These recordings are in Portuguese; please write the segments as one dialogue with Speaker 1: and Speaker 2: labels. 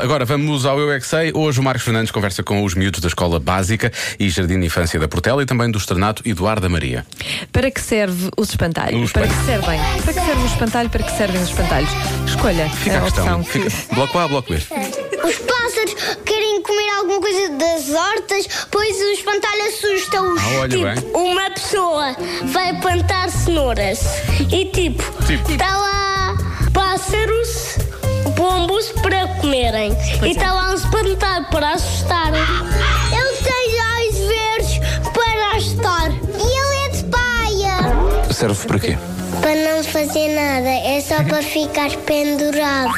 Speaker 1: Agora vamos ao Eu é que Sei. Hoje o Marcos Fernandes conversa com os miúdos da Escola Básica e Jardim de Infância da Portela e também do Externato Eduardo da Maria.
Speaker 2: Para que serve os espantalhos?
Speaker 1: Os
Speaker 2: para que
Speaker 1: espantalhos.
Speaker 2: servem? Para que serve o espantalho? Para que servem os espantalhos? Escolha
Speaker 1: Fica
Speaker 2: É a,
Speaker 1: a questão.
Speaker 2: opção
Speaker 1: Fica...
Speaker 2: que.
Speaker 1: Bloco A, bloco B.
Speaker 3: Os pássaros querem comer alguma coisa das hortas, pois o espantalho assusta-os.
Speaker 1: Ah, olha
Speaker 3: tipo,
Speaker 1: bem.
Speaker 3: uma pessoa vai plantar cenouras e tipo,
Speaker 1: Tipo.
Speaker 3: está lá pássaros, pombos para comerem. e está lá um espantalho para assustar. Ele tem olhos verdes para assustar. E ele é de paia.
Speaker 4: Serve para quê?
Speaker 3: Para não fazer nada, é só para ficar pendurado.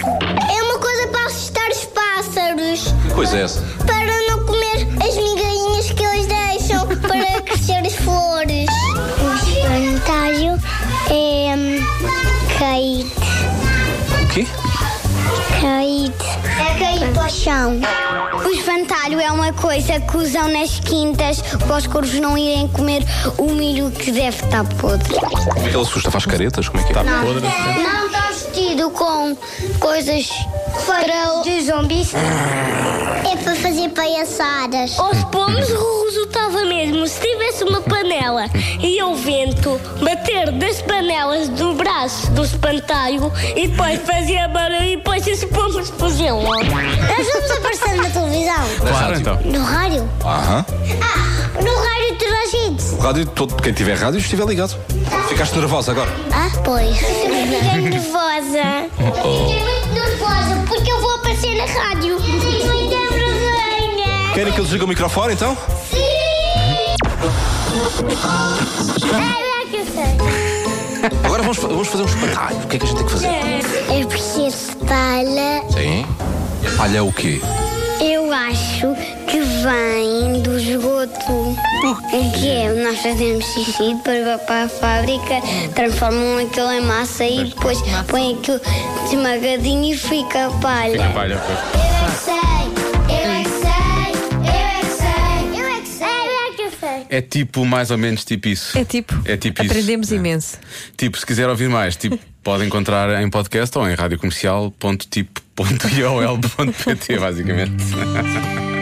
Speaker 3: É uma coisa para assustar os pássaros.
Speaker 4: Que coisa é essa?
Speaker 3: Para não comer as migalhinhas que eles deixam para crescer as flores. O espantalho é caído.
Speaker 4: O quê?
Speaker 3: Caído. É caído para o chão. O espantalho é uma coisa que usam nas quintas para os corvos não irem comer o milho que deve estar podre.
Speaker 4: Como é que ele assusta? Faz caretas? Como é que é?
Speaker 3: Não está vestido com coisas para de zumbis. É para fazer palhaçadas. Os pomos resultava mesmo se tivesse uma panela e o vento bater das panelas do braço do espantalho e depois fazia barulho e depois os pomos faziam logo. Nós vamos aparecer na televisão.
Speaker 4: é
Speaker 1: Claro, então.
Speaker 3: No rádio?
Speaker 4: Aham.
Speaker 3: Ah, no rádio toda a gente.
Speaker 4: O rádio, todo, quem tiver rádio estiver ligado. Ficaste nervosa agora.
Speaker 3: Ah, pois. Oh, Fiquei nervosa. Fiquei muito nervosa porque eu vou aparecer na rádio. Tenho muita vergonha.
Speaker 4: Querem que eu desligue o microfone então?
Speaker 3: Sim! Ah, que eu sei.
Speaker 4: Agora vamos, fa- vamos fazer um espantalho. O que é que a gente tem que fazer?
Speaker 3: Eu preciso palha.
Speaker 4: Sim. Olha o quê?
Speaker 3: Eu acho que vem do esgoto. O que é? Nós fazemos xixi para, para a fábrica, transformam aquilo em massa e depois põem aquilo esmagadinho e fica palha.
Speaker 1: Trabalha, pois.
Speaker 3: Eu é que sei, eu é que sei, eu é que sei, eu é que sei, eu é que é sei, eu é que sei.
Speaker 1: É tipo, mais ou menos tipo isso.
Speaker 2: É tipo.
Speaker 1: É tipo isso.
Speaker 2: aprendemos
Speaker 1: É.
Speaker 2: imenso.
Speaker 1: Tipo, se quiser ouvir mais, tipo, pode encontrar em tipo podcast ou em radiocomercial.tipo.iol.pt, basicamente.